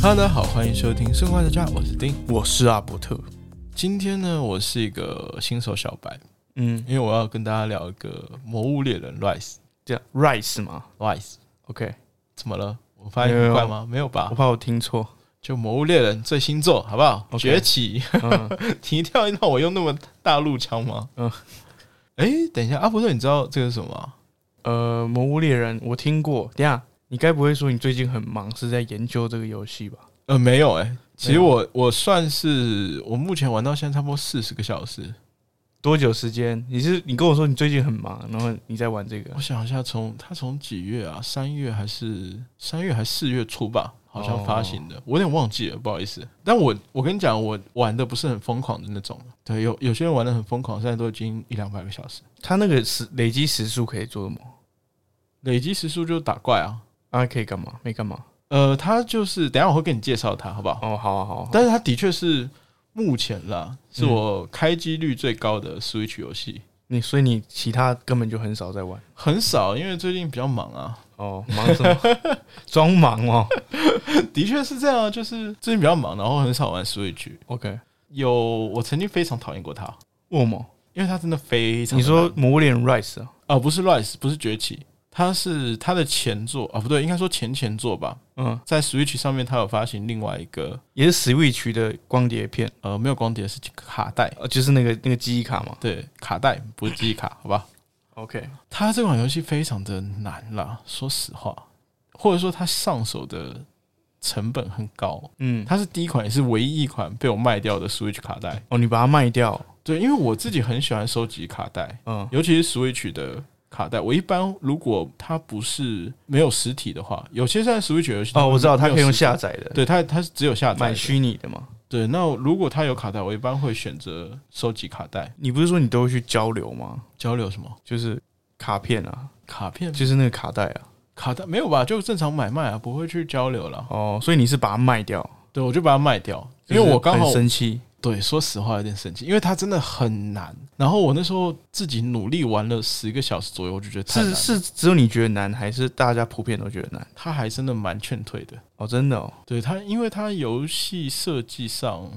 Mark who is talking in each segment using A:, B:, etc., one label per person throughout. A: 哈喽，大家好，欢迎收听《生活大家》，我是丁，
B: 我是阿伯特。
A: 今天呢，我是一个新手小白，
B: 嗯，
A: 因为我要跟大家聊一个《魔物猎人 Rise
B: 这样 Rice 嘛》
A: Rise，
B: ，OK，
A: 怎么了？我发言很快吗？没有吧
B: 啊我？怕我听错。
A: 就《魔物猎人》最新作，好不好
B: OK
A: 崛起，
B: 嗯，
A: 你一定要让我用那么大陆腔吗？嗯
B: 嗯。
A: 哎，等一下，阿伯特，你知道这个是什么吗？
B: 呃，魔物猎人我听过。等一下，你该不会说你最近很忙，是在研究这个游戏吧？
A: 呃，没有哎、其实
B: 没有
A: 我我算是我目前玩到现在差不多四十个小时，
B: 多久时间？你是你跟我说你最近很忙，然后你在玩这个
A: 我，想一下从，它从几月啊？三月还是三月还是四月初吧？好像发行的，我有点忘记了，不好意思。但我我跟你讲，我玩的不是很疯狂的那种。对，有有些人玩的很疯狂，现在都已经一两百个小时，
B: 他那个时累积时数可以做什么？
A: 累积时数就打怪啊。
B: 啊，可以干嘛？没干嘛？
A: 呃，它就是等一下我会跟你介绍它，好不好？
B: 哦，好啊，好啊，
A: 但是它的确是目前啦，是我开机率最高的 Switch 游戏，
B: 你所以你其他根本就很少在玩。
A: 很少，因为最近比较忙啊。
B: 哦，忙什么？ 装忙哦。
A: 的确是这样啊，就是最近比较忙，然后很少玩 Switch。
B: OK，
A: 有，我曾经非常讨厌过它，
B: 沃某，
A: 因为它真的非常
B: 你
A: 的难。
B: 说魔物猎人 Rice 啊？
A: 啊、不是 Rise，不是崛起，它是它的前作啊，不对，应该说前前作吧。
B: 嗯，
A: 在 Switch 上面，它有发行另外一个
B: 也是 Switch 的光碟片。
A: 呃，没有光碟，是卡带，
B: 呃，就是那个那个记忆卡嘛。
A: 对，卡带不是记忆卡，好吧？
B: OK，
A: 它这款游戏非常的难啦，说实话，或者说它上手的成本很高。
B: 嗯，
A: 它是第一款，也是唯一一款被我卖掉的 Switch 卡带。
B: 哦，你把它卖掉，
A: 对，因为我自己很喜欢收集卡带，
B: 嗯
A: 尤其是 Switch 的卡带。我一般如果它不是没有实体的话，有些现在 Switch 游戏
B: 哦，我知道它可以用下
A: 载，
B: 载的，
A: 对它它是只有下载
B: 买
A: 的。
B: 虚拟的嘛。
A: 对，那如果它有卡带，我一般会选择收集卡带。
B: 你不是说你都会去交流吗？
A: 交流什么？
B: 就是卡片啊，
A: 卡片？
B: 就是那个卡带啊。
A: 卡带没有吧？就正常买卖啊，不会去交流了。
B: 哦，所以你是把它卖掉，
A: 对，我就把它卖掉，因
B: 就
A: 为
B: 是
A: 我刚好
B: 很生气。
A: 对，说实话有点生气，因为它真的很难。然后我那时候自己努力玩了十个小时左右，我就觉得太难
B: 是
A: 了，
B: 是，只有你觉得难，还是大家普遍都觉得难？
A: 它还真的蛮劝退的。
B: 哦，真的哦，
A: 对它，因为它游戏设计上，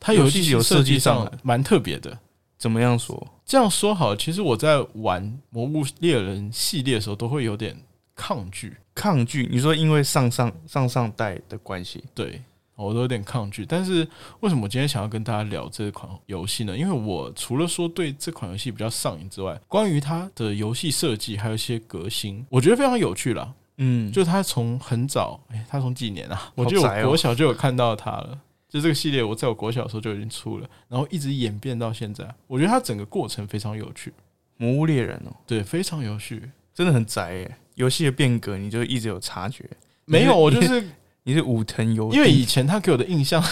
A: 它
B: 游
A: 游
B: 戏
A: 戏
B: 有
A: 设
B: 设计
A: 计
B: 上
A: 上蛮特别的。
B: 怎么样说？
A: 这样说好了，其实我在玩《魔物猎人》系列的时候，都会有点抗拒，
B: 抗拒？你说因为上上上上代的关系，
A: 对我都有点抗拒。但是为什么我今天想要跟大家聊这款游戏呢？因为我除了说对这款游戏比较上瘾之外，关于它的游戏设计还有一些革新，我觉得非常有趣啦。
B: 嗯，
A: 就它从很早，哎、它从几年啊？我记得
B: 好宅
A: 我
B: 哦
A: 国小就有看到它了。就这个系列，我在我国小的时候就已经出了，然后一直演变到现在。我觉得它整个过程非常有趣，
B: 魔物猎人哦，
A: 对，非常有趣。
B: 真的很宅耶。游戏的变革，你就一直有察觉。
A: 没 有，我就是
B: 你是武藤游，
A: 因为以前他给我的印象，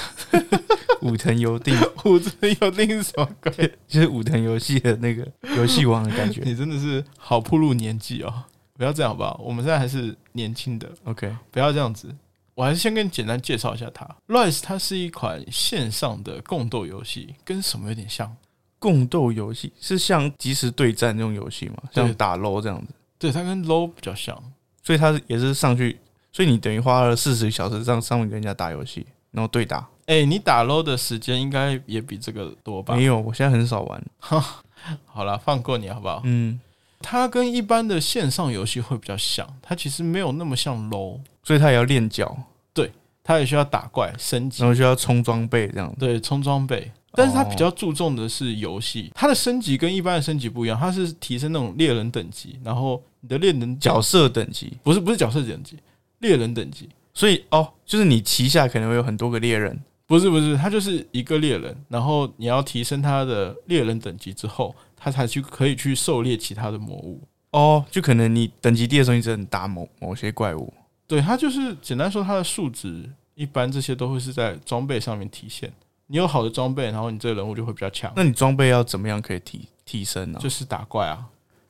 B: 武藤游定
A: 我真的有另一 首歌。
B: 就是武藤游戏的那个游戏王的 感觉。
A: 你真的是好铺路年纪哦，不要这样好不好？我们现在还是年轻的，
B: OK，
A: 不要这样子。我还是先跟你简单介绍一下它。Rise 它是一款线上的共斗游戏，跟什么有点像？
B: 共斗游戏是像即时对战那种游戏嘛，
A: 对
B: 像打 LO 这样子，
A: 对，它跟 LO w 比较像。
B: 所以它也是上去，所以你等于花了四十小时上上面跟人家打游戏，然后对打。
A: 哎、你打 LO w 的时间应该也比这个多吧
B: 没？有，我现在很少玩。
A: 好啦，放过你好不好？
B: 嗯，
A: 它跟一般的线上游戏会比较像，它其实没有那么像 LO，w
B: 所以它也要练脚，
A: 它也需要打怪升级
B: 然，后需要充装备这样子。
A: 对，充装备。但是它比较注重的是游戏，它的升级跟一般的升级不一样，它是提升那种猎人等级，然后你的猎人
B: 角色等级，
A: 不是不是角色等级，猎人等级
B: 所以哦，就是你旗下可能会有很多个猎人，
A: 不是不是，它就是一个猎人，然后你要提升他的猎人等级之后，他才去可以去狩猎其他的魔物。
B: 哦，就可能你等级低的时候，你只能打某某些怪物。
A: 对，它就是简单说它的数值，一般这些都会是在装备上面体现。你有好的装备，然后你这个人物就会比较强，
B: 那你装备要怎么样可以提提升呢、
A: 就是打怪啊，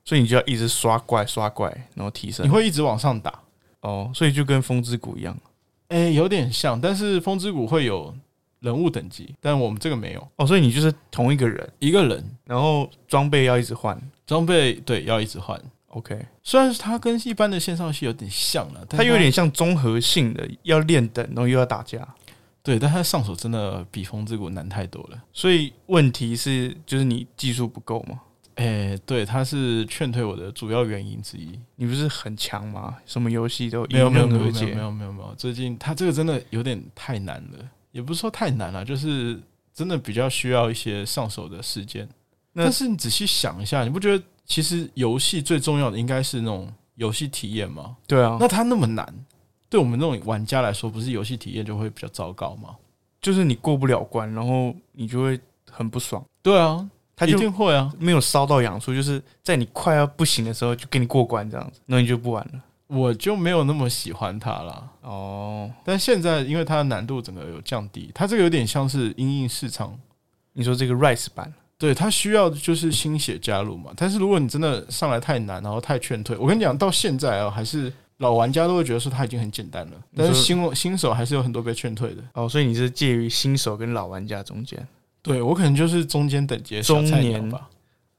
B: 所以你就要一直刷怪刷怪，然后提升。
A: 你会一直往上打。
B: 哦，所以就跟风之谷一样。
A: 诶，有点像，但是风之谷会有人物等级，但我们这个没有，
B: 哦，所以你就是同一个人，
A: 一个人
B: 然后装备要一直换。
A: 装备对要一直换。
B: OK，
A: 虽然它跟一般的线上游戏有点像了，但
B: 它有点像综合性的，要练等，然后又要打架。
A: 对，但它上手真的比《风之谷》难太多了。
B: 所以问题是，就是你技术不够嘛？
A: 哎、对，它是劝退我的主要原因之一。
B: 你不是很强吗？什么游戏都迎
A: 没有没有
B: 刃
A: 没有没
B: 而
A: 有没
B: 解。
A: 有没有没有，最近它这个真的有点太难了，也不是说太难了，就是真的比较需要一些上手的时间。
B: 那
A: 但是你仔细想一下，你不觉得其实游戏最重要的应该是那种游戏体验吗？
B: 对啊，
A: 那它那么难，对我们这种玩家来说，不是游戏体验就会比较糟糕吗？
B: 就是你过不了关，然后你就会很不爽。
A: 对啊，
B: 他
A: 一
B: 就
A: 定会啊。
B: 没有烧到痒处，就是在你快要不行的时候就给你过关这样子，那你就不玩了。
A: 我就没有那么喜欢它啦。
B: 哦，
A: 但现在因为它的难度整个有降低，它这个有点像是因应市场，
B: 你说这个 Rise 版，
A: 对它需要就是新血加入嘛。但是如果你真的上来太难，然后太劝退，我跟你讲，到现在啊，还是老玩家都会觉得说它已经很简单了，但是新新手还是有很多被劝退的。
B: 哦，所以你是介于新手跟老玩家中间，
A: 对我可能就是中间等级的小菜鸟
B: 中年
A: 吧，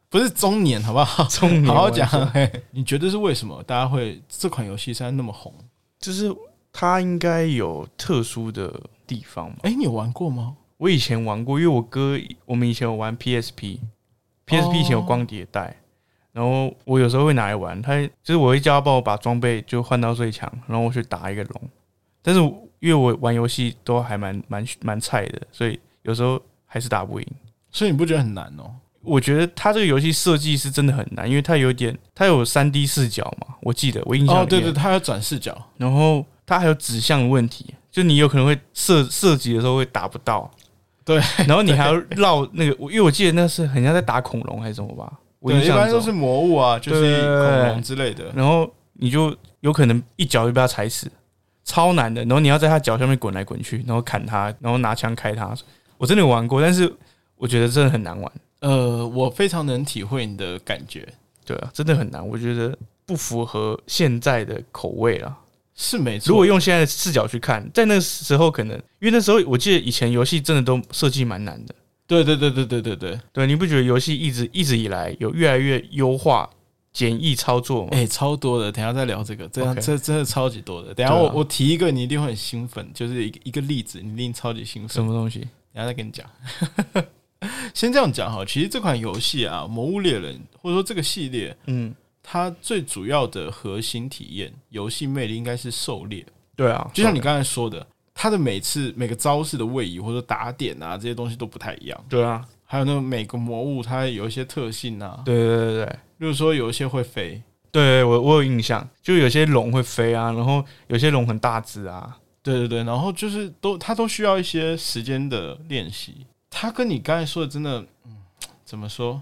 A: 不是 中年，好不好？
B: 中年
A: 好好
B: 玩家
A: 讲，嘿 你觉得是为什么大家会这款游戏现在那么红？
B: 就是它应该有特殊的地方嘛。
A: 哎、你有玩过吗？
B: 我以前玩过，因为我哥我们以前有玩 PSP，PSP
A: 哦
B: 以前有光碟带，然后我有时候会拿来玩。他就是我会叫他帮我把装备就换到最强，然后我去打一个龙。但是我因为我玩游戏都还蛮蛮蛮菜的，所以有时候还是打不赢。
A: 所以你不觉得很难哦、
B: 我觉得他这个游戏设计是真的很难，因为它有点，它有三 D 视角嘛，我记得我印象里
A: 哦，
B: 面
A: 对对，它要转视角，
B: 然后它还有指向问题，就你有可能会射射击的时候会打不到，
A: 对，
B: 然后你还要绕那个，我因为我记得那是很像在打恐龙还是什么吧，我印
A: 对，一
B: 象
A: 般都是
B: 中，
A: 魔物啊，就是恐龙
B: 对
A: 之类的。
B: 然后你就有可能一脚就被它踩死，超难的，然后你要在它脚下面滚来滚去，然后砍它，然后拿枪开它，我真的有玩过，但是我觉得真的很难玩，
A: 呃，我非常能体会你的感觉，
B: 对啊，真的很难，我觉得不符合现在的口味啦。
A: 是没错。
B: 如果用现在的视角去看，在那时候可能，因为那时候我记得以前游戏真的都设计蛮难的，
A: 对对对对对对对，
B: 对，你不觉得游戏一直一直以来有越来越优化、简易操作吗？
A: 哎、超多的，等一下再聊这个，这样
B: OK
A: 这真的超级多的。等一下我、
B: 对啊
A: 我提一个，你一定会很兴奋，就是一个一个例子，你一定超级兴奋
B: 什。么东西？
A: 等一下再跟你讲。 先这样讲哈，其实这款游戏啊，《魔物猎人》或者说这个系列，
B: 嗯，
A: 它最主要的核心体验、游戏魅力应该是狩猎。
B: 对啊，
A: 就像你刚才说的，它的每次每个招式的位移或者打点啊，这些东西都不太一样。
B: 对啊，
A: 还有那种每个魔物它有一些特性啊，
B: 对对对对对
A: 例如说有一些会飞，
B: 对，我我有印象，就有些龙会飞啊，然后有些龙很大只啊，
A: 对对对，然后就是都它都需要一些时间的练习。它跟你刚才说的真的，嗯，怎么说，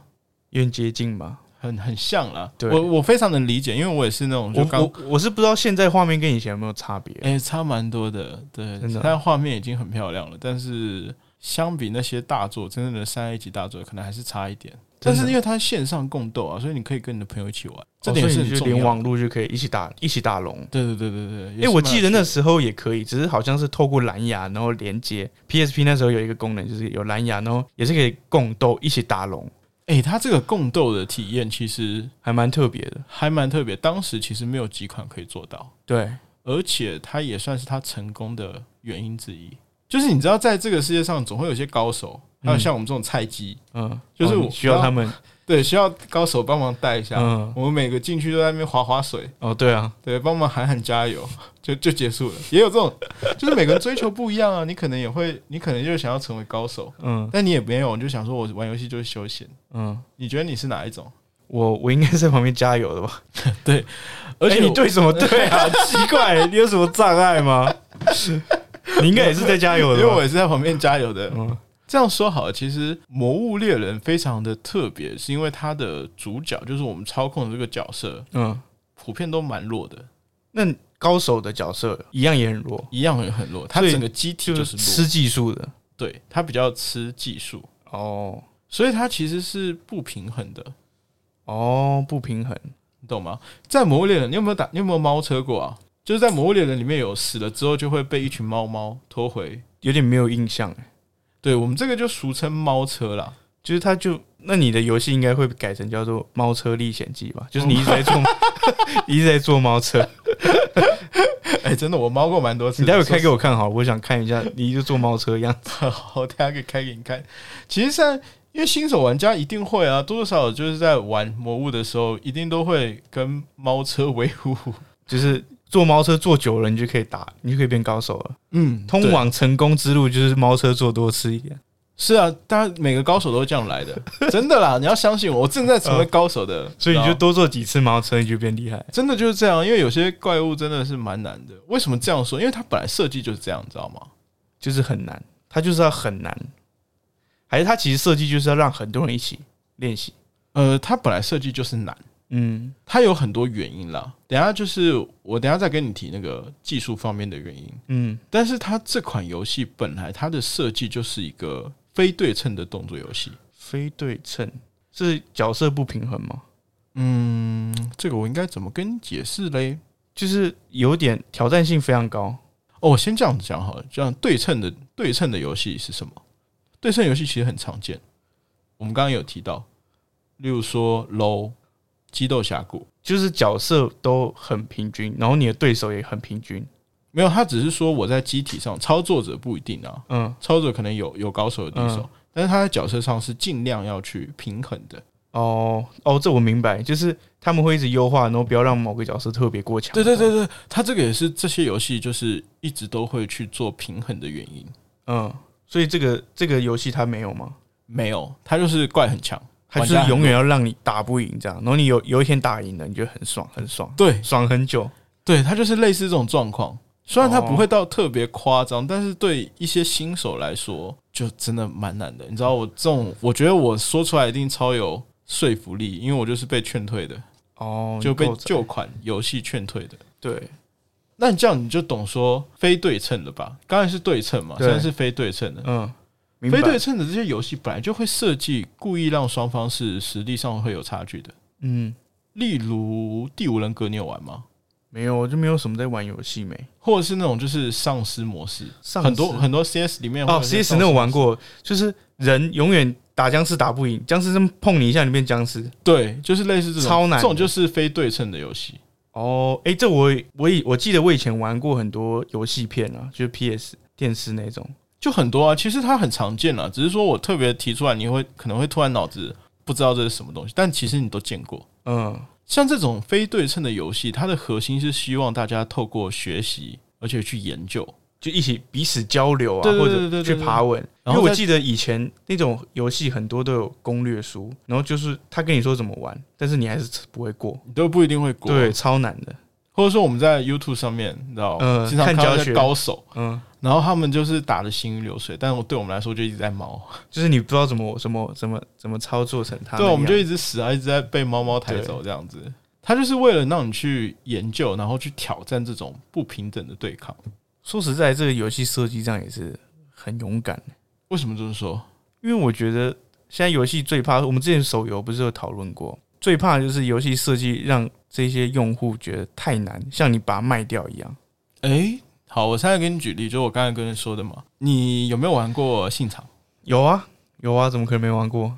B: 有点接近吧。
A: 很很像啦。
B: 对
A: 我我非常能理解，因为我也是那种就
B: 我
A: 刚
B: 我我是不知道现在画面跟以前有没有差别，
A: 哎、差蛮多的，对
B: 真的，
A: 但画面已经很漂亮了，但是相比那些大作，真正的三 A 级大作，可能还是差一点。
B: 真
A: 但
B: 的
A: 是因为它线上共斗啊，所以你可以跟你的朋友一起玩，这
B: 哦
A: 点
B: 所
A: 是
B: 以
A: 很
B: 你就
A: 重
B: 连
A: 要的。
B: 网络就可以一起打一起打龙。
A: 对对对对对，
B: 哎、
A: 也是
B: 我
A: 蛮
B: 记得那
A: 有趣
B: 时候也可以，只是好像是透过蓝牙，然后连接 PSP 那时候有一个功能，就是有蓝牙，然后也是可以共斗一起打龙，
A: 的，哎、它这个共斗的体验其实
B: 还蛮特别的。
A: 还蛮特别，当时其实没有几款可以做到，
B: 对，
A: 而且它也算是它成功的原因之一。就是你知道，在这个世界上总会有些高手，还有像我们这种菜鸡，
B: 嗯，
A: 就是
B: 哦
A: 我
B: 你需要他们，
A: 对，需要高手帮忙带一下。
B: 嗯，
A: 我们每个进去都在那边划划水，
B: 哦，对啊，
A: 对，帮忙喊喊加油，就就结束了。也有这种，就是每个人追求不一样啊。你可能也会，你可能就想要成为高手，
B: 嗯
A: 但你也没有，你就想说我玩游戏就是休闲。
B: 嗯，
A: 你觉得你是哪一种？
B: 我我应该在旁边加油的吧？
A: 而
B: 诶
A: 且
B: 你对 什么对啊？奇怪，你有什么障碍吗？你应该也是在加油
A: 因
B: 的
A: 为我
B: 吧？
A: 也是在旁边加油的。
B: 嗯，
A: 这样说好了，其实《魔物猎人》非常的特别，是因为它的主角就是我们操控的这个角色，
B: 嗯，
A: 普遍都蛮弱的，
B: 那高手的角色一样也很弱，
A: 一样也很弱。它
B: 所以
A: 整个机体
B: 就
A: 就是是弱，
B: 吃技术的。
A: 对，它比较吃技术，
B: 哦
A: 所以它其实是不平衡的。
B: 哦，不平衡。
A: 你懂吗？在《魔物猎人》，你有没有打？你有没有猫车过啊？就是在《魔物猎人》里面有死了之后，就会被一群猫猫拖回。
B: 有点没有印象欸
A: 对我们这个就俗称猫车啦。
B: 就是它就那你的游戏应该会改成叫做《猫车历险记》吧？就是你一直在坐， 一直在坐 猫车。
A: 哎、真的，我猫过蛮多次的。
B: 你待会开给
A: 我，
B: 我看好，我想看一下，你就坐猫车一样。
A: 好，等下可以开给你看。其实现在，因为新手玩家一定会啊，多多少少就是在玩魔物的时候，一定都会跟猫车为伍。
B: 就是坐猫车坐久了，你就可以打，你就可以变高手了。
A: 嗯
B: 通往成功之路就是猫车坐多吃一点。
A: 是啊，大家每个高手都是这样来 的，真的啦！你要相信我，我正在成为高手的，
B: 哦所以你
A: 知
B: 就
A: 道
B: 多坐几次猫车，你就变厉害。
A: 真的就是这样，因为有些怪物真的是蛮难的。为什么这样说？因为它本来设计就是这样，你知道吗？
B: 就是很难，它就是要很难，还是它其实设计就是要让很多人一起练习。
A: 呃，它本来设计就是难，
B: 嗯，
A: 它有很多原因啦。等一下就是我等一下再跟你提那个技术方面的原因，
B: 嗯，
A: 但是它这款游戏本来它的设计就是一个非对称的动作游戏。
B: 非对称是角色不平衡吗？
A: 嗯，这个我应该怎么跟你解释嘞？
B: 就是有点挑战性非常高。
A: 哦，我先这样子讲好了，这样对称的对称的游戏是什么？对称游戏其实很常见，我们刚刚有提到，例如说 LO、激斗峡谷，
B: 就是角色都很平均，然后你的对手也很平均。
A: 没有，它只是说我在机体上，操作者不一定啊，
B: 嗯，
A: 操作者可能有有高手有低手，但是他在角色上是尽量要去平衡的。
B: 哦哦，这我明白，就是他们会一直优化，然后不要让某个角色特别过强。
A: 对对，对对，他这个也是这些游戏就是一直都会去做平衡的原因。
B: 嗯，所以这个这个游戏它没有吗？
A: 没有，他就是怪很强，
B: 它就是
A: 玩家很
B: 永远要让你打不赢这样，然后你有有一天打赢了，你就很爽，很爽，
A: 对
B: 爽很久。
A: 对，它就是类似这种状况。虽然它
B: 哦
A: 不会到特别夸张，但是对一些新手来说，就真的蛮难的。你知道，我这种，我觉得我说出来一定超有说服力，因为我就是被劝退的，
B: 哦，
A: 就被
B: 你够早
A: 旧款游戏劝退的。
B: 对，
A: 那你这样你就懂说非对称了吧？刚才是对称嘛，
B: 对
A: 现在是非对称的。
B: 嗯，明白
A: 非，对称的这些游戏本来就会设计故意让双方是实力上会有差距的。
B: 嗯，
A: 例如《第五人格》，你有玩吗？
B: 没有，我就没有什么在玩游戏没。
A: 或者是那种就是丧尸模式，
B: 丧
A: 很多
B: 尸
A: 很多 CS 里面会
B: 哦
A: 有些
B: ，CS
A: 丧尸
B: 那我玩过，就是人永远打僵尸打不赢，僵尸这么碰你一下，你变僵尸。
A: 对，就是类似这种
B: 超难的
A: 这种就是非对称的游戏。
B: 哦，哎、这我也我以我记得我以前玩过很多游戏片啊，就是 PS 电视那种。
A: 就很多啊，其实它很常见啦，只是说我特别提出来，你会可能会突然脑子不知道这是什么东西，但其实你都见过。
B: 嗯，
A: 像这种非对称的游戏，它的核心是希望大家透过学习，而且去研究。
B: 就一起彼此交流啊，
A: 对对对对
B: 或者
A: 对
B: 去
A: 对
B: 爬文。
A: 然
B: 因
A: 后
B: 为我
A: 再
B: 记得以前那种游戏很多都有攻略书，然后就是他跟你说怎么玩，但是你还是不会过，
A: 你都不一定会过，
B: 对，，超难的。
A: 或者说我们在 YouTube 上面，你知道，
B: 嗯
A: 经常
B: 看
A: 看到
B: 教
A: 一些
B: 学
A: 高手，
B: 嗯，
A: 然后他们就是打的行云流水，但我对我们来说就一直在猫，
B: 就是你不知道怎么怎么怎么怎么操作成它那
A: 对，
B: 样。
A: 我们就一直死啊，一直在被猫猫抬走这样子。它就是为了让你去研究，然后去挑战这种不平等的对抗。
B: 说实在，这个游戏设计上也是很勇敢，
A: 为什么这么说？
B: 因为我觉得现在游戏最怕，我们之前手游不是有讨论过，最怕就是游戏设计让这些用户觉得太难，像你把它卖掉一样。
A: 哎、好，我现在给你举例，就我刚才跟你说的嘛。你有没有玩过信长？
B: 有啊，有啊，怎么可能没玩过？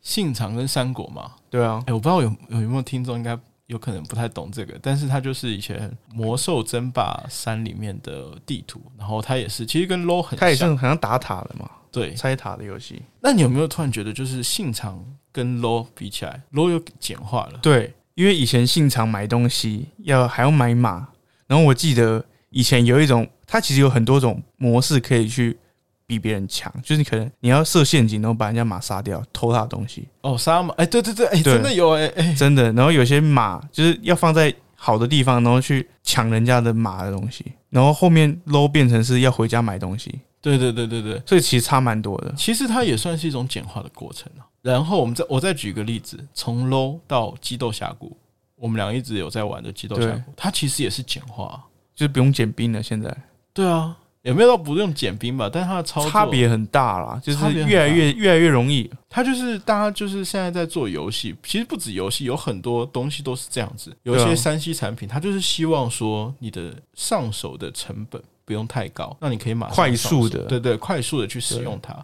A: 信长跟三国嘛？
B: 对啊
A: 哎、，我不知道有有有没有听众应该有可能不太懂这个，但是它就是以前魔兽争霸三里面的地图，然后它也是其实跟 LO 很
B: 它也是
A: 像。
B: 好像打塔的嘛，
A: 对，
B: 拆塔的游戏。
A: 那你有没有突然觉得就是信长跟 LO 比起来，LO 又简化了？
B: 对，因为以前信场买东西要还要买马，然后我记得以前有一种，它其实有很多种模式可以去比别人强，就是你可能你要设陷阱，然后把人家马杀掉，偷他的东西，
A: 哦，沙马，哎、对对对，哎、
B: 对
A: 真的有哎、哎、
B: 真的。然后有些马就是要放在好的地方，然后去抢人家的马的东西，然后后面 low 变成是要回家买东西，
A: 对对对对对，
B: 所以其实差蛮多的。
A: 其实它也算是一种简化的过程啊。然后我们再我再举一个例子，从 low 到激斗峡谷，我们俩一直有在玩的激斗峡
B: 对
A: 谷，它其实也是简化啊、
B: 就是不用减兵了，现在
A: 对啊，也没有到不用减兵吧，但是它的操作
B: 差，别很大啦，就
A: 差
B: 是
A: 别很
B: 越来越越来越容易。
A: 它就是大家就是现在在做游戏，其实不止游戏，有很多东西都是这样子。有一
B: 对啊
A: 些山西产品，它就是希望说你的上手的成本不用太高，那你可以马上
B: 快
A: 上手
B: 速的
A: 对对，快速的去使
B: 对
A: 用它。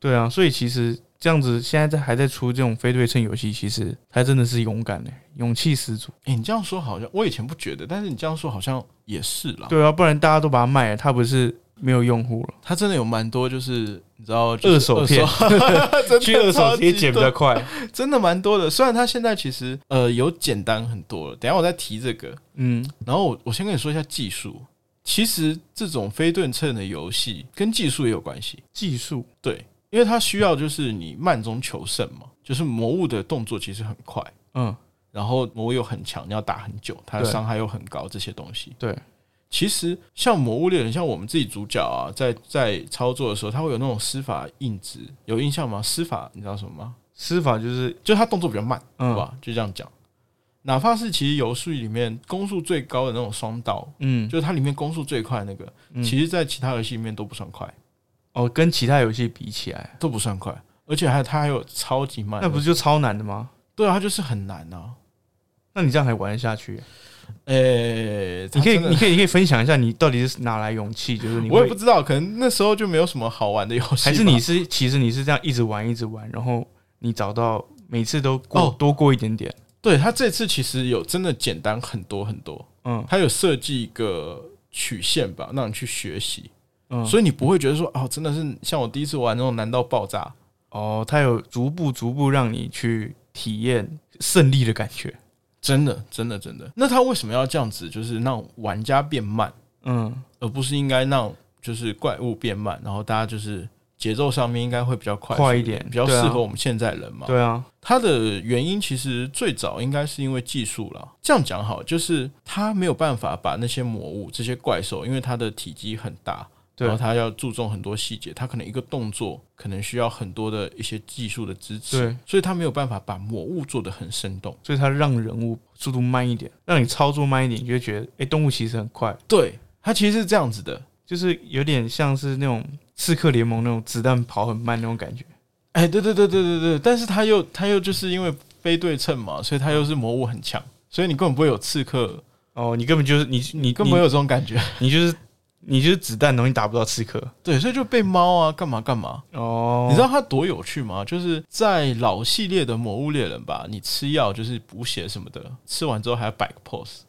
B: 对啊，所以其实这样子现在在还在出这种非对称游戏，其实他真的是勇敢的、欸勇气十足。
A: 哎、你这样说好像我以前不觉得，但是你这样说好像也是啦。
B: 对啊，不然大家都把它卖了，它不是没有用户了。
A: 它真的有蛮多，就是你知道，就是
B: 二手片，
A: 真的
B: 去二手贴
A: 超级
B: 捡比
A: 多
B: 较快。
A: 真的蛮多的。虽然它现在其实呃有简单很多了，等一下我再提这个。
B: 嗯，
A: 然后我我先跟你说一下技术，其实这种非对称的游戏跟技术也有关系，
B: 技术
A: 对，因为它需要就是你慢中求胜嘛，就是魔物的动作其实很快，
B: 嗯，
A: 然后魔物又很强，你要打很久，它的
B: 对
A: 伤害又很高，这些东西。
B: 对，
A: 其实像魔物猎人，像我们自己主角啊，在在操作的时候，它会有那种施法印值，有印象吗？施法你知道什么吗？
B: 施法就是
A: 就是它动作比较慢，对
B: 嗯
A: 吧？就这样讲。哪怕是其实游戏里面攻速最高的那种双刀，
B: 嗯，
A: 就是它里面攻速最快的那个，
B: 嗯
A: 其实在其他游戏里面都不算快，
B: 哦，跟其他游戏比起来，
A: 都不算快，而且还有它还有超级慢的。
B: 那不是就超难的吗？
A: 对啊，它就是很难啊。
B: 那你这样还玩得下去？
A: 诶、它
B: 呃你可以，
A: 真的
B: 你可以，你可以分享一下你到底是哪来勇气？就是你会
A: 我也不知道，可能那时候就没有什么好玩的游戏吧。
B: 还是你是其实你是这样一直玩一直玩，然后你找到每次都过、
A: 哦
B: 多过一点点，
A: 对它这次其实有真的简单很多很多，
B: 嗯
A: 它有设计一个曲线吧，让你去学习，
B: 嗯，
A: 所
B: 以
A: 以你不会觉得说哦，真的是像我第一次玩那种难到爆炸。
B: 哦，它有逐步逐步让你去体验胜利的感觉，
A: 真的，真的，真的。那他为什么要这样子？就是让玩家变慢，
B: 嗯
A: 而不是应该让就是怪物变慢，然后大家就是节奏上面应该会比较快速，
B: 快一点
A: 比较
B: 对啊
A: 适合我们现在人嘛。
B: 对啊，
A: 它的原因其实最早应该是因为技术啦。这样讲好，就是它没有办法把那些魔物、这些怪兽，因为它的体积很大，
B: 对
A: 然后它要注重很多细节，它可能一个动作可能需要很多的一些技术的支持，
B: 对，
A: 所以它没有办法把魔物做得很生动。
B: 所以它让人物速度慢一点，让你操作慢一点，你就会觉得哎、诶动物其实很快，
A: 对，它其实是这样子的。
B: 就是有点像是那种刺客联盟那种子弹跑很慢那种感觉，
A: 哎，对对对对对对，但是它又它又就是因为非对称嘛，所以它又是魔物很强，所以你根本不会有刺客，
B: 哦，你根本就是你你
A: 根本没有这种感觉。
B: 你你就是你就是子弹，然后你打不到刺客，
A: 对，所以就被猫啊干嘛干嘛。
B: 哦，
A: 你知道它多有趣吗？就是在老系列的《魔物猎人》吧，你吃药就是补血什么的，吃完之后还要摆个 pose，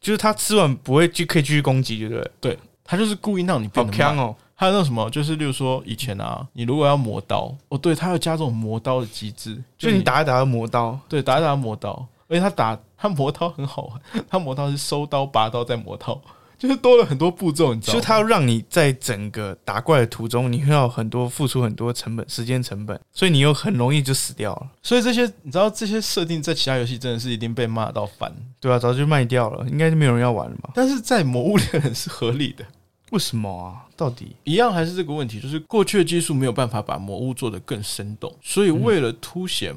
B: 就是他吃完不会就可以继续攻击，对不对？
A: 它就是故意让你
B: 好
A: 变得
B: 强
A: 慢。
B: 哦！
A: 还有那种什么，就是例如说以前啊，你如果要磨刀，哦，对，它要加这种磨刀的机制，
B: 就你打一打到磨刀，
A: 对打一打磨刀，而且它打它磨刀很好玩，它磨刀是收刀、拔刀再磨刀，就是多了很多步骤，你知
B: 就
A: 道
B: 是
A: 吗？
B: 他要让你在整个打怪的途中，你会要很多付出很多成本、时间成本，所以你又很容易就死掉了，
A: 所以这些你知道这些设定在其他游戏真的是一定被骂到烦，
B: 对啊，早就卖掉了，应该就没有人要玩了吧？
A: 但是在《魔物猎人》是合理的。
B: 为什么啊？到底
A: 一样还是这个问题，就是过去的技术没有办法把魔物做得更生动，所以为了凸显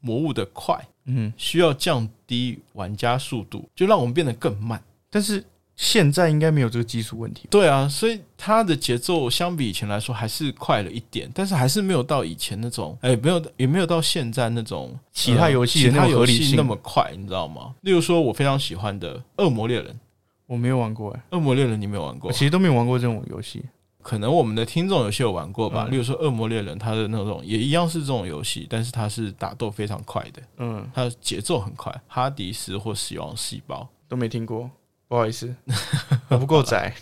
A: 魔物的快，
B: 嗯，
A: 需要降低玩家速度，就让我们变得更慢。
B: 但是现在应该没有这个技术问题吧，
A: 对啊，所以它的节奏相比以前来说还是快了一点，但是还是没有到以前那种，哎、没有也没有到现在那种
B: 嗯其他游戏的
A: 其
B: 那
A: 他
B: 种合
A: 游
B: 理
A: 戏
B: 性
A: 那么快，你知道吗？例如说我非常喜欢的《恶魔猎人》，《
B: 我没有玩过哎、
A: 恶魔猎人》你没有玩过
B: 我？其实都没有玩过这种游戏，
A: 可能我们的听众有些有玩过吧，
B: 嗯
A: 例如说《恶魔猎人》，它的那种也一样是这种游戏，但是它是打斗非常快的，
B: 嗯，
A: 它的节奏很快。哈迪斯或死亡细胞，
B: 都没听过，不好意思，我不够 宅，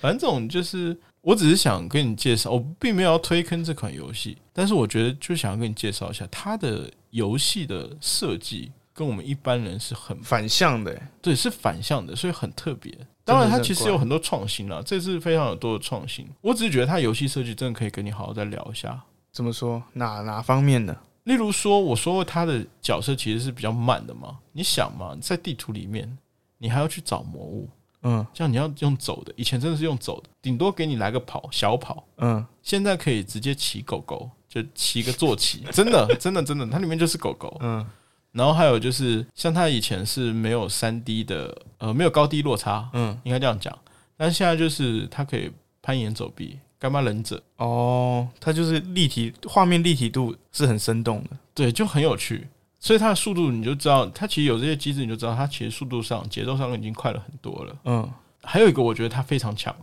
A: 反正这种就是，我只是想跟你介绍，我并没有要推坑这款游戏，但是我觉得就想要跟你介绍一下它的游戏的设计。跟我们一般人是很
B: 反向的、欸，
A: 对是反向的，所以很特别。当然，它
B: 真的是
A: 其实
B: 怪
A: 有很多创新了，这次非常有多的创新。我只是觉得它游戏设计真的可以跟你好好再聊一下。
B: 怎么说？哪哪方面的？
A: 例如说，我说过他的角色其实是比较慢的嘛。你想嘛，在地图里面，你还要去找魔物，
B: 嗯
A: 这样你要用走的。以前真的是用走的，顶多给你来个跑小跑，
B: 嗯，
A: 现在可以直接骑狗狗，就骑个坐骑， 真的真的真的，它里面就是狗狗。
B: 嗯，
A: 然后还有就是，像它以前是没有三 D 的，呃，没有高低落差，
B: 嗯，
A: 应该这样讲。但现在就是它可以攀岩走壁，干嘛忍者，
B: 哦，它就是立体，画面立体度是很生动的。
A: 对，就很有趣。所以它的速度你就知道，它其实有这些机制，你就知道它其实速度上、节奏上已经快了很多了。
B: 嗯，
A: 还有一个，我觉得它非常强，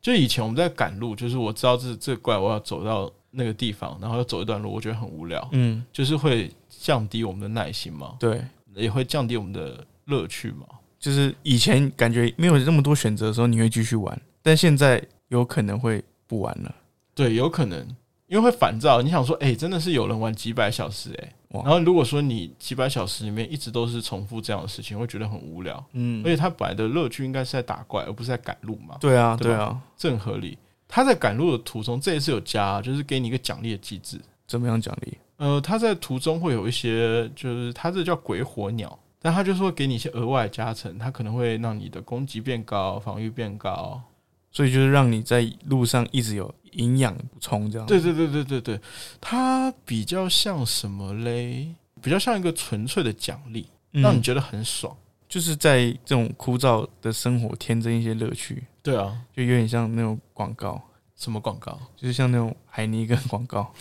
A: 就以前我们在赶路，就是我知道这这怪我要走到那个地方，然后要走一段路，我觉得很无聊，
B: 嗯，
A: 就是会降低我们的耐心嘛，
B: 对，
A: 也会降低我们的乐趣嘛。
B: 就是以前感觉没有那么多选择的时候，你会继续玩，但现在有可能会不玩了。
A: 对，有可能因为会烦躁。你想说，哎、真的是有人玩几百小时、哎。
B: 哇
A: 然后如果说你几百小时里面一直都是重复这样的事情，会觉得很无聊。
B: 嗯
A: 而，且他本来的乐趣应该是在打怪，而不是在赶路嘛，
B: 对啊，
A: 对吧
B: 对啊，
A: 这很合理。他在赶路的途中，这一次有加，就是给你一个奖励的机制。
B: 怎么样奖励？
A: 呃，他在途中会有一些，就是他这叫鬼火鸟，但他就是会给你一些额外的加成，他可能会让你的攻击变高，防御变高。
B: 所以就是让你在路上一直有营养补充，这样。
A: 对对对对对对，它比较像什么嘞？比较像一个纯粹的奖励，
B: 嗯，
A: 让你觉得很爽。
B: 就是在这种枯燥的生活添增一些乐趣，
A: 对啊，
B: 就有点像那种广告，
A: 什么广告？
B: 就是像那种海尼根广告、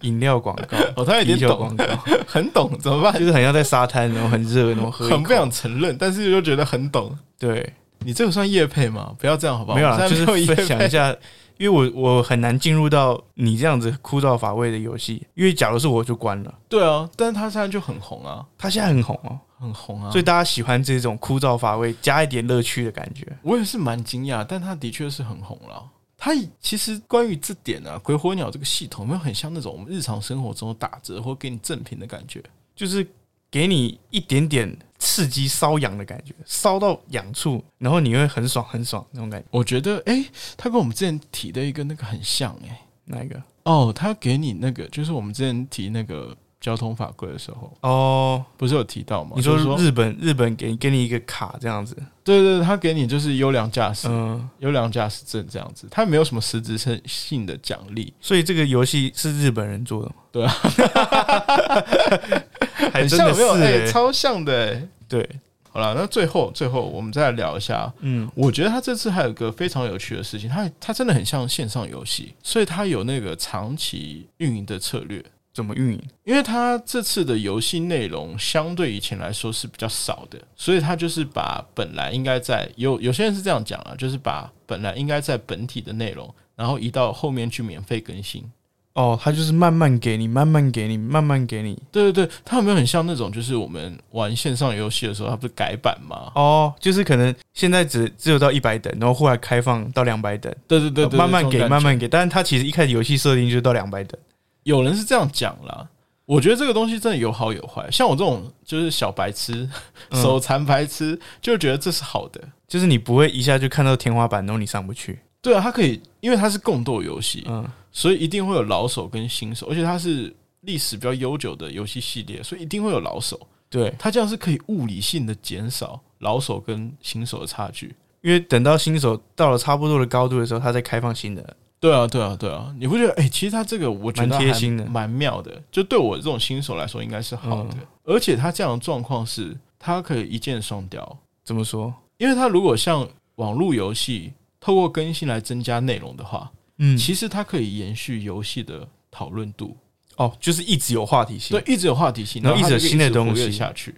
B: 饮料广告、
A: 哦， 他有
B: 啤
A: 点
B: 酒
A: 懂，
B: 广告，
A: 很懂，怎么办？
B: 就是很像在沙滩，然后很热，然后喝一口
A: 很不想承认，但是又觉得很懂。
B: 对，
A: 你这个算夜配吗？不要这样好不好？
B: 没有啦，
A: 我
B: 就
A: 现
B: 是
A: 在没有业
B: 分
A: 配
B: 享一下，因为我我很难进入到你这样子枯燥乏味的游戏，因为假如是我就关了。
A: 对啊，但是他现在就很红啊，
B: 它现在很红哦，
A: 很红啊。
B: 所以大家喜欢这种枯燥乏味加一点乐趣的感觉。
A: 我也是蛮惊讶，但他的确是很红了。他其实关于这点啊，鬼火鸟这个系统，有没有很像那种我们日常生活中的打折或给你赠品的感觉？
B: 就是给你一点点刺激瘙痒的感觉，烧到痒处，然后你会很爽很爽那种感觉。
A: 我觉得，哎、他跟我们之前提的一个那个很像、哎，
B: 哪一个？
A: 哦，他给你那个，就是我们之前提那个交通法规的时候，
B: 哦，
A: 不是有提到吗？
B: 你说
A: 就是
B: 日本日本给给你一个卡这样子，
A: 对对对，他给你就是优良驾驶、
B: 嗯，
A: 优良驾驶证这样子，他没有什么实质性性的奖励，
B: 所以这个游戏是日本人做的吗？
A: 对 啊，
B: 还
A: 很
B: 真
A: 像
B: 的
A: 有
B: 是、
A: 没有？哎、
B: 欸
A: 超像的、哎
B: 对，
A: 好了，那最后最后我们再来聊一下，
B: 嗯，
A: 我觉得他这次还有一个非常有趣的事情，他他真的很像线上游戏，所以他有那个长期运营的策略。
B: 怎么运营？
A: 因为它这次的游戏内容相对以前来说是比较少的，所以它就是把本来应该在有有些人是这样讲啊，就是把本来应该在本体的内容，然后移到后面去免费更新。
B: 哦，他就是慢慢给你，慢慢给你，慢慢给你。
A: 对对对，它有没有很像那种就是我们玩线上游戏的时候，它不是改版吗？
B: 哦，就是可能现在只只有到一百等，然后后来开放到两百等，
A: 对对对对，对
B: 呃慢慢
A: 这
B: 给，
A: 种感觉
B: 慢慢给。但是它其实一开始游戏设定就是到两百等。
A: 有人是这样讲啦。我觉得这个东西真的有好有坏，像我这种就是小白痴、
B: 嗯
A: 手残白痴，就觉得这是好的。
B: 就是你不会一下就看到天花板，然后你上不去。
A: 对啊，它可以，因为它是共斗游戏，
B: 嗯，
A: 所以一定会有老手跟新手，而且它是历史比较悠久的游戏系列，所以一定会有老手。
B: 对，
A: 它这样是可以物理性的减少老手跟新手的差距。
B: 因为等到新手到了差不多的高度的时候，他再开放新的。
A: 对啊，对啊，对啊！你不觉得？哎、其实它这个我觉得
B: 蛮贴心的
A: 还蛮妙的。就对我这种新手来说，应该是好
B: 嗯
A: 的。而且它这样的状况是，它可以一箭双雕，
B: 怎么说？
A: 因为它如果像网络游戏透过更新来增加内容的话，
B: 嗯，
A: 其实它可以延续游戏的讨论度，
B: 哦，就是一直有话题性。
A: 对，，一直有话题性，
B: 然后
A: 它
B: 一直有
A: 就可以
B: 新的
A: 活
B: 东
A: 跃
B: 西
A: 下去。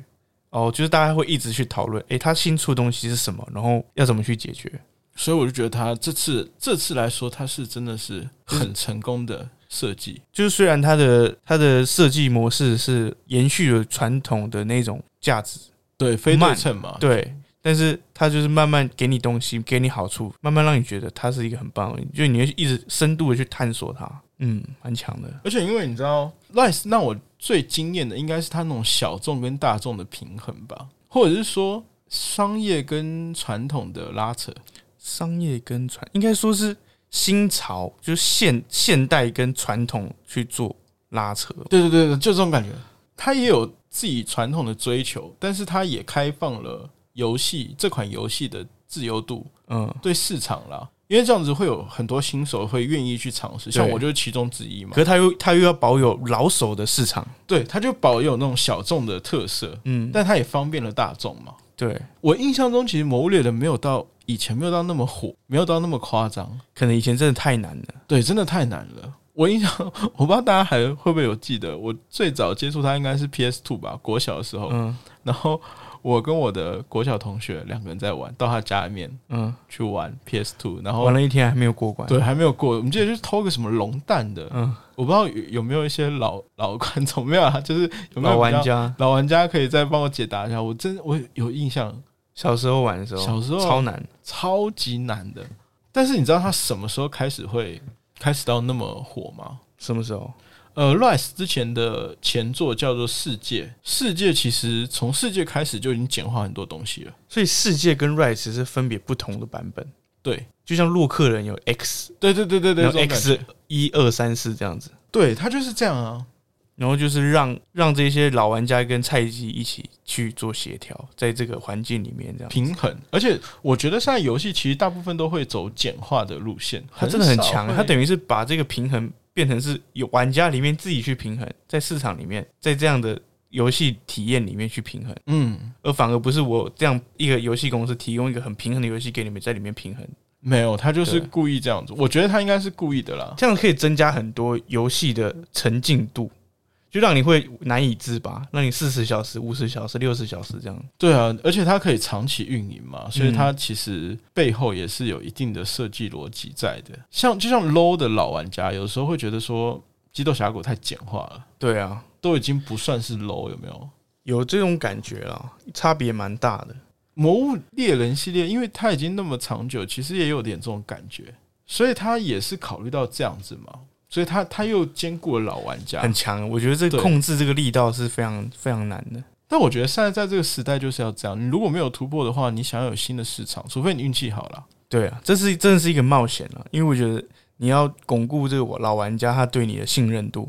B: 哦，就是大家会一直去讨论，诶，他新出的东西是什么，然后要怎么去解决。
A: 所以我就觉得他这次这次来说，他是真的是很成功的设计。
B: 就是虽然它的它的设计模式是延续了传统的那种价值，
A: 对，非对称嘛，
B: 对，但是它就是慢慢给你东西，给你好处，慢慢让你觉得它是一个很棒的东西，就是你会一直深度的去探索它。嗯，蛮强的。
A: 而且因为你知道，Lice 让我最惊艳的应该是他那种小众跟大众的平衡吧，或者是说商业跟传统的拉扯。
B: 商业跟传，应该说是新潮，就是现现代跟传统去做拉扯。
A: 对对对对，就这种感觉。他也有自己传统的追求，但是他也开放了游戏这款游戏的自由度，
B: 嗯，
A: 对市场啦。因为这样子会有很多新手会愿意去尝试，像
B: 对
A: 我就是其中之一嘛
B: 可。是他又他又要保有老手的市场。
A: 对，它就保有那种小众的特色，
B: 嗯，
A: 但它也方便了大众嘛。
B: 对，
A: 我印象中，其实《谋略》的没有到以前没有到那么火，没有到那么夸张。
B: 可能以前真的太难了。
A: 对，真的太难了。我印象，我不知道大家还会不会有记得，我最早接触它应该是 PS Two 吧，国小的时候。
B: 嗯，
A: 然后我跟我的国小同学两个人在玩，到他家里面
B: 嗯，
A: 去玩 PS Two，然后
B: 玩了一天还没有过关。
A: 对，还没有过，我们记得就是偷个什么龙蛋的，
B: 嗯，
A: 我不知道有有没有一些老 老观众没有啊，就是有没有
B: 老玩
A: 比较
B: 家
A: 老玩家可以再帮我解答一下，我真我有印象，
B: 小时候玩的时候，
A: 小时候
B: 超难。
A: 超级难的。但是你知道它什么时候开始会开始到那么火吗？
B: 什么时候？
A: 呃，Rise 之前的前作叫做《世界》，《世界》其实从《世界》开始就已经简化很多东西了。
B: 所以世界跟 Rise 是分别不同的版本，
A: 对，
B: 就像洛克人有 X，
A: 对对对对对，
B: 然
A: 这
B: 后
A: 种感
B: X
A: 觉
B: 一二三四这样子，
A: 对，它就是这样啊。
B: 然后就是让让这些老玩家跟菜鸡一起去做协调，在这个环境里面这样。
A: 平衡，而且我觉得现在游戏其实大部分都会走简化的路线，
B: 他真的很
A: 少
B: 强，
A: 会
B: 他等于是把这个平衡变成是有玩家里面自己去平衡，在市场里面，在这样的游戏体验里面去平衡，
A: 嗯，
B: 而反而不是我这样一个游戏公司提供一个很平衡的游戏给你们在里面平衡，
A: 没有，他就是
B: 对
A: 故意这样子。我觉得他应该是故意的啦。
B: 这样可以增加很多游戏的沉浸度。就让你会难以自拔，让你四十小时、五十小时、六十小时这样。
A: 对啊，而且它可以长期运营
B: 嗯
A: 嘛，所以它其实背后也是有一定的设计逻辑在的。像就像 low 的老玩家，有时候会觉得说《激斗峡谷》太简化了，
B: 对啊，
A: 都已经不算是 low，有没有？
B: 有这种感觉啦，差别蛮大的。
A: 魔物猎人系列，因为它已经那么长久，其实也有点这种感觉，所以它也是考虑到这样子嘛，所以它它又兼顾了老玩家
B: 很。强。我觉得这个
A: 啊对
B: 控制这个力道是非常非常难的。
A: 但我觉得现在在这个时代就是要这样，你如果没有突破的话，你想要有新的市场，除非你运气好了。
B: 对啊，这是真的是一个冒险啊，因为我觉得你要巩固这个老玩家他对你的信任度，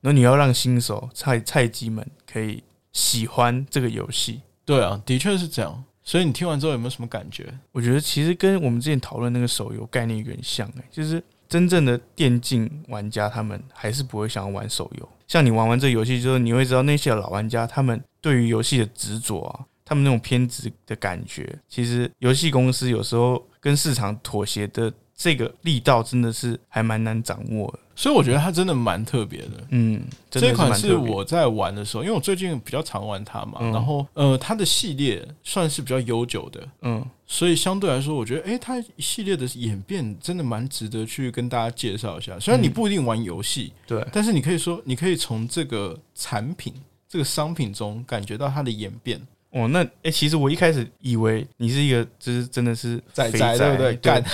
B: 然后你要让新手菜菜鸡们可以喜欢这个游戏。
A: 对啊，的确是这样。所以你听完之后有没有什么感觉？
B: 我觉得其实跟我们之前讨论那个手游概念有点像、欸，就是真正的电竞玩家他们还是不会想要玩手游。像你玩完这游戏之后，你会知道那些老玩家他们对于游戏的执着啊，他们那种偏执的感觉，其实游戏公司有时候跟市场妥协的这个力道真的是还蛮难掌握的。
A: 所以我觉得它真的蛮特别的。
B: 嗯，真
A: 这
B: 的是
A: 款
B: 蛮
A: 是
B: 特别的
A: 我在玩的时候，因为我最近比较常玩它嘛，
B: 嗯
A: 然后呃，它的系列算是比较悠久的，
B: 嗯
A: 所以相对来说，我觉得，诶，它一系列的演变真的蛮值得去跟大家介绍一下。虽然你不一定玩游戏，
B: 对
A: 但是你可以说，你可以从这个产品、这个商品中感觉到它的演变。
B: 哦，那哎、欸其实我一开始以为你是一个，就是真的是
A: 仔
B: 肥
A: 仔对不对干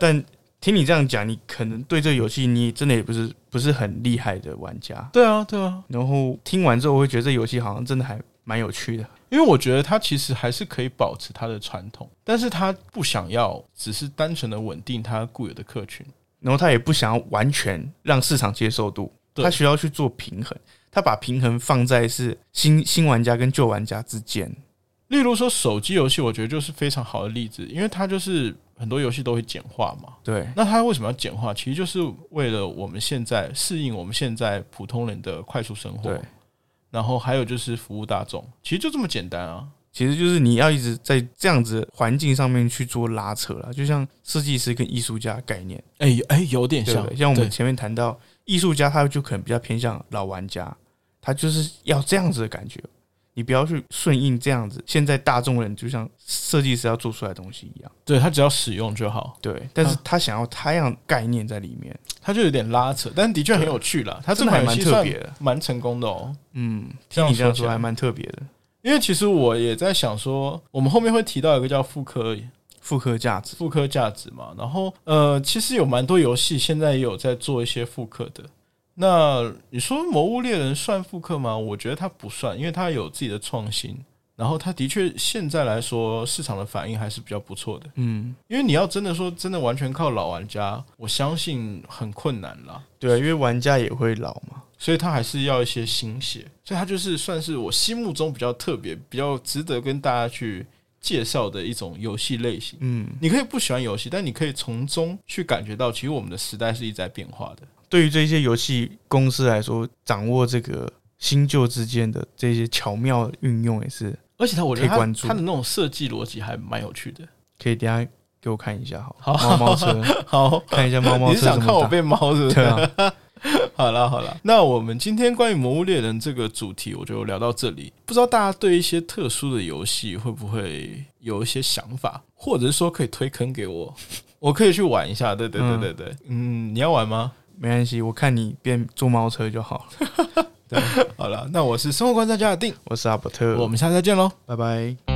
B: 但听你这样讲，你可能对这个游戏你真的也不是不是很厉害的玩家。
A: 对啊，对啊，
B: 然后听完之后，我会觉得这游戏好像真的还蛮有趣的。
A: 因为我觉得它其实还是可以保持它的传统，但是它不想要只是单纯的稳定它固有的客群。
B: 然后他也不想要完全让市场接受度，
A: 对
B: 他需要去做平衡。他把平衡放在是新新玩家跟旧玩家之间。
A: 例如说手机游戏，我觉得就是非常好的例子，因为它就是很多游戏都会简化嘛。
B: 对，
A: 那它为什么要简化？其实就是为了我们现在适应我们现在普通人的快速生活
B: 对，
A: 然后还有就是服务大众，其实就这么简单啊。
B: 其实就是你要一直在这样子环境上面去做拉扯啦，就像设计师跟艺术家的概念。
A: 哎、哎、有点
B: 对不对？像我们前面谈到艺术家，他就可能比较偏向老玩家，他就是要这样子的感觉。你不要去顺应这样子，现在大众人就像设计师要做出来的东西一样，
A: 对他只要使用就好，
B: 对。但是他想要他样概念在里面，
A: 他就有点拉扯，但的确很有趣啦。他这
B: 真的还
A: 款游
B: 蛮
A: 戏
B: 特
A: 算
B: 别的。
A: 蛮成功的哦。
B: 嗯，
A: 这
B: 听
A: 样
B: 你这样
A: 说起
B: 说
A: 来
B: 还蛮特别的，
A: 因为其实我也在想说，我们后面会提到一个叫妇科
B: 复刻价值。
A: 复刻价值嘛。然后呃，其实有蛮多游戏现在也有在做一些复刻的。那你说《魔物猎人》算复刻吗？我觉得它不算，因为它有自己的创新。然后它的确现在来说，市场的反应还是比较不错的。
B: 嗯，
A: 因为你要真的说真的完全靠老玩家，我相信很困难啦。
B: 对啊，因为玩家也会老嘛。
A: 所以它还是要一些新血，所以它就是算是我心目中比较特别、比较值得跟大家去介绍的一种游戏类型。
B: 嗯，
A: 你可以不喜欢游戏，但你可以从中去感觉到，其实我们的时代是一直在变化的。
B: 对于这些游戏公司来说，掌握这个新旧之间的这些巧妙的运用也是
A: 而且它，我觉得
B: 可以关注
A: 它它的那种设计逻辑还蛮有趣 的。
B: 可以等一下给我看一下好了，
A: 好
B: 猫猫车，
A: 好，
B: 看一下猫 猫
A: 你
B: 车
A: 是想
B: 怎
A: 看
B: 么
A: 我
B: 打。
A: 被猫是不是？
B: 对啊，
A: 好了好了，那我们今天关于《魔物猎人》这个主题，我就聊到这里。不知道大家对一些特殊的游戏会不会有一些想法，或者是说可以推坑给我，我可以去玩一下。对对对对对，嗯，你要玩吗？
B: 没关系，我看你变坐猫车就好了。
A: 好了，那我是生活观察家的定，
B: 我是阿伯特，
A: 我们下次再见喽。
B: 拜拜。